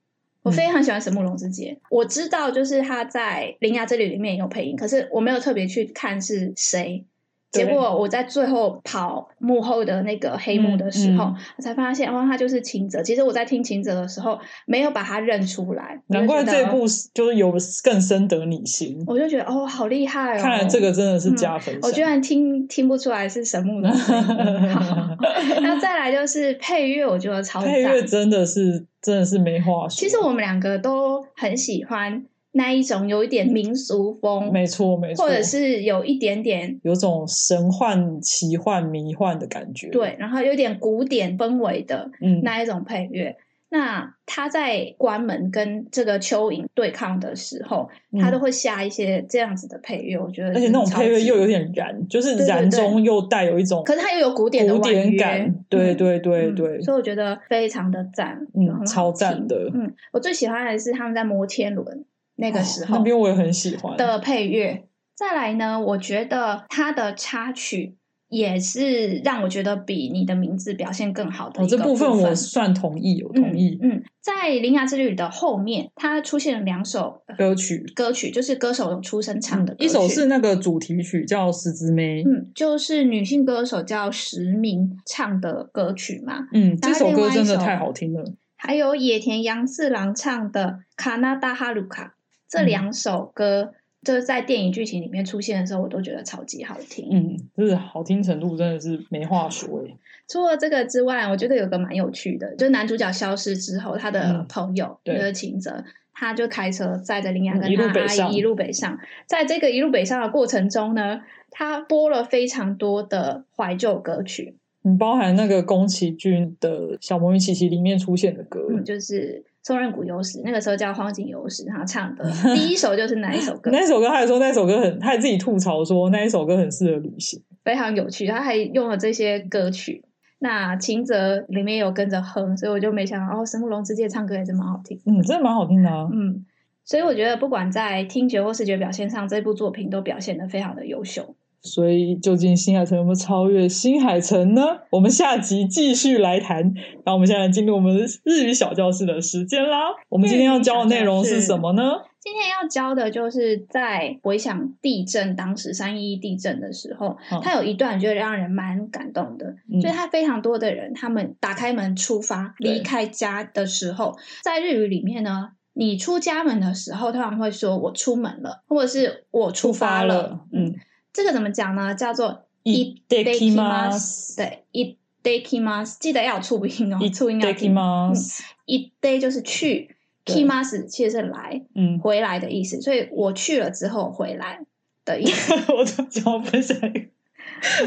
S1: 嗯
S3: 我非常喜欢神木隆之介，我知道就是他在《铃芽之旅》里面有配音，可是我没有特别去看是谁。
S1: 对
S3: 结果我在最后跑幕后的那个黑幕的时候，
S1: 嗯
S3: 我才发现哦，他就是秦泽。其实我在听秦泽的时候，没有把他认出来，
S1: 难怪
S3: 我就觉
S1: 这
S3: 得啊哦
S1: 部就是有更深得你心。
S3: 我就觉得哦，好厉害哦！
S1: 看来这个真的是加分项。
S3: 嗯我居然听听不出来是神木的 声音。好那再来就是配乐，我觉得超
S1: 配乐
S3: 赞。
S1: 真的是真的是没话说。
S3: 其实我们两个都很喜欢那一种有一点民俗风，
S1: 没错没错，
S3: 或者是有一点点
S1: 有种神幻、奇幻、迷幻的感觉。
S3: 对，，然后有点古典氛围的
S1: 嗯，
S3: 那一种配乐。那他在关门跟这个蚯蚓对抗的时候，他
S1: 嗯
S3: 都会下一些这样子的配乐，我觉得
S1: 而且那种
S3: 超
S1: 配乐
S3: 级
S1: 又有点燃，就是
S3: 对对
S1: 燃
S3: 对
S1: 中又带有一种
S3: 可是它又有古典的
S1: 古
S3: 婉
S1: 典
S3: 约
S1: 感。对
S3: 嗯
S1: 对对
S3: 嗯
S1: 对，
S3: 所以我觉得非常的赞，就很好
S1: 嗯，超
S3: 听
S1: 赞。的。
S3: 嗯，我最喜欢的是他们在摩天轮那个时候
S1: 哦那边我也很喜欢。
S3: 的配乐。再来呢，我觉得它的插曲也是让我觉得比你的名字表现更好的
S1: 哦，
S3: 一
S1: 这
S3: 个
S1: 部
S3: 分。
S1: 分我算同意，我同意。
S3: 嗯。嗯，在《铃芽之旅》的后面，它出现了两首呃
S1: 歌曲
S3: 歌曲，就是歌手出身唱的歌
S1: 嗯
S3: 曲。
S1: 一首是那个主题曲叫《十之妹》，
S3: 嗯，就是女性歌手叫石明唱的歌曲嘛。
S1: 嗯，这首歌真的
S3: 然后另外一首
S1: 太好听了。
S3: 还有野田洋次郎唱的《卡纳达哈鲁卡》这
S1: 嗯
S3: 两首歌，就是在电影剧情里面出现的时候，我都觉得超级好听。
S1: 嗯，就是好听程度真的是没话说欸诶。
S3: 除了这个之外，我觉得有个蛮有趣的，就是男主角消失之后，他的
S1: 嗯
S3: 朋友、
S1: 对
S3: 就是秦泽。他就开车载着林雅
S1: 嗯
S3: 跟
S1: 一路
S3: 他
S1: 北
S3: 阿
S1: 上
S3: 姨一路北上，在这个一路北上的过程中呢，他播了非常多的怀旧歌曲，
S1: 你嗯包含那个宫崎骏的《小魔女琪琪》里面出现的歌，
S3: 嗯，就是松任谷由实，那个时候叫荒井由实，他 唱的第一首就是哪一首歌？
S1: 那一首歌他还说那首歌很，他还自己吐槽说那一首歌很适合旅行。
S3: 非常有趣，他还用了这些歌曲。那秦泽里面有跟着哼，所以我就没想到哦，神木隆之介唱歌也是蛮好听。
S1: 嗯，真的蛮好听的啊。
S3: 嗯，所以我觉得不管在听觉或视觉表现上，这部作品都表现得非常的优秀。
S1: 所以究竟新海诚有没有超越新海诚呢？我们下集继续来谈。那我们现在进入我们日语小教室的时间啦。我们今天要教的内容是什么呢？
S3: 今天要教的就是在回想地震当时三一一地震的时候，
S1: 嗯
S3: 它有一段就让人蛮感动的，
S1: 嗯
S3: 就是它非常多的人，他们打开门出发
S1: 对
S3: 离开家的时候，在日语里面呢，你出家门的时候，通常会说“我出门了”或者是“我出发了”嗯，
S1: 嗯，
S3: 这个怎么讲呢？叫做
S1: いただきます
S3: “itadakimasu”，对，“it dakimas”，记得要有促音
S1: 嗯
S3: 哦，促音要
S1: い
S3: 听。
S1: ます。
S3: “it day” 就是去
S1: 对
S3: ，“kimas” 其实是来。
S1: 嗯，
S3: 回来的意思，所以我去了之后回来的意思。
S1: 我就想要分享一个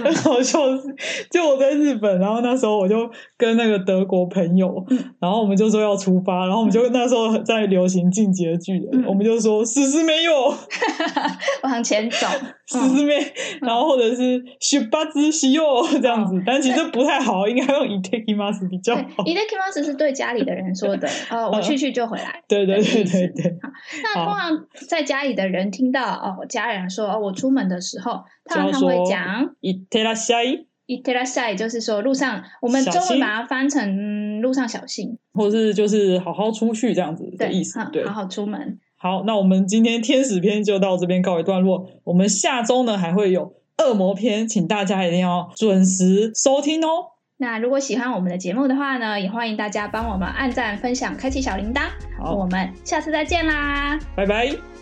S1: 很好笑的事，就我在日本，然后那时候我就跟那个德国朋友，
S3: 嗯
S1: 然后我们就说要出发，然后我们就那时候在流行进击的巨人，
S3: 嗯
S1: 我们就说死死没有，
S3: 往前 走，
S1: 死
S3: 嗯
S1: 死没，然后或者是雪巴之西柚这样子，但其实不太好，应该用 i t a k i m a s 比较
S3: 嗯对
S1: 好。
S3: i d e k i m a s 是对家里的人说 的，呃，我去去就回来。
S1: 对对对
S3: 意思
S1: 对对，
S3: 那通常在家里的人听到哦，家人说哦，我出门的时候，
S1: 就
S3: 通
S1: 要
S3: 常会
S1: 说
S3: 讲
S1: i t e r a s h i
S3: i t e r a s a i 就是说路上，我们
S1: 小
S3: 中文
S1: 心
S3: 把它翻成、嗯路上小心，
S1: 或是就是好好出去这样子的
S3: 对
S1: 意思
S3: 嗯，
S1: 对
S3: 好。好出门。
S1: 好，那我们今天天使篇就到这边告一段落。我们下周呢还会有恶魔篇，请大家一定要准时收听哦。
S3: 那如果喜欢我们的节目的话呢，也欢迎大家帮我们按赞、分享、开启小铃铛。
S1: 好
S3: 我们下次再见啦，
S1: 拜拜。
S3: 拜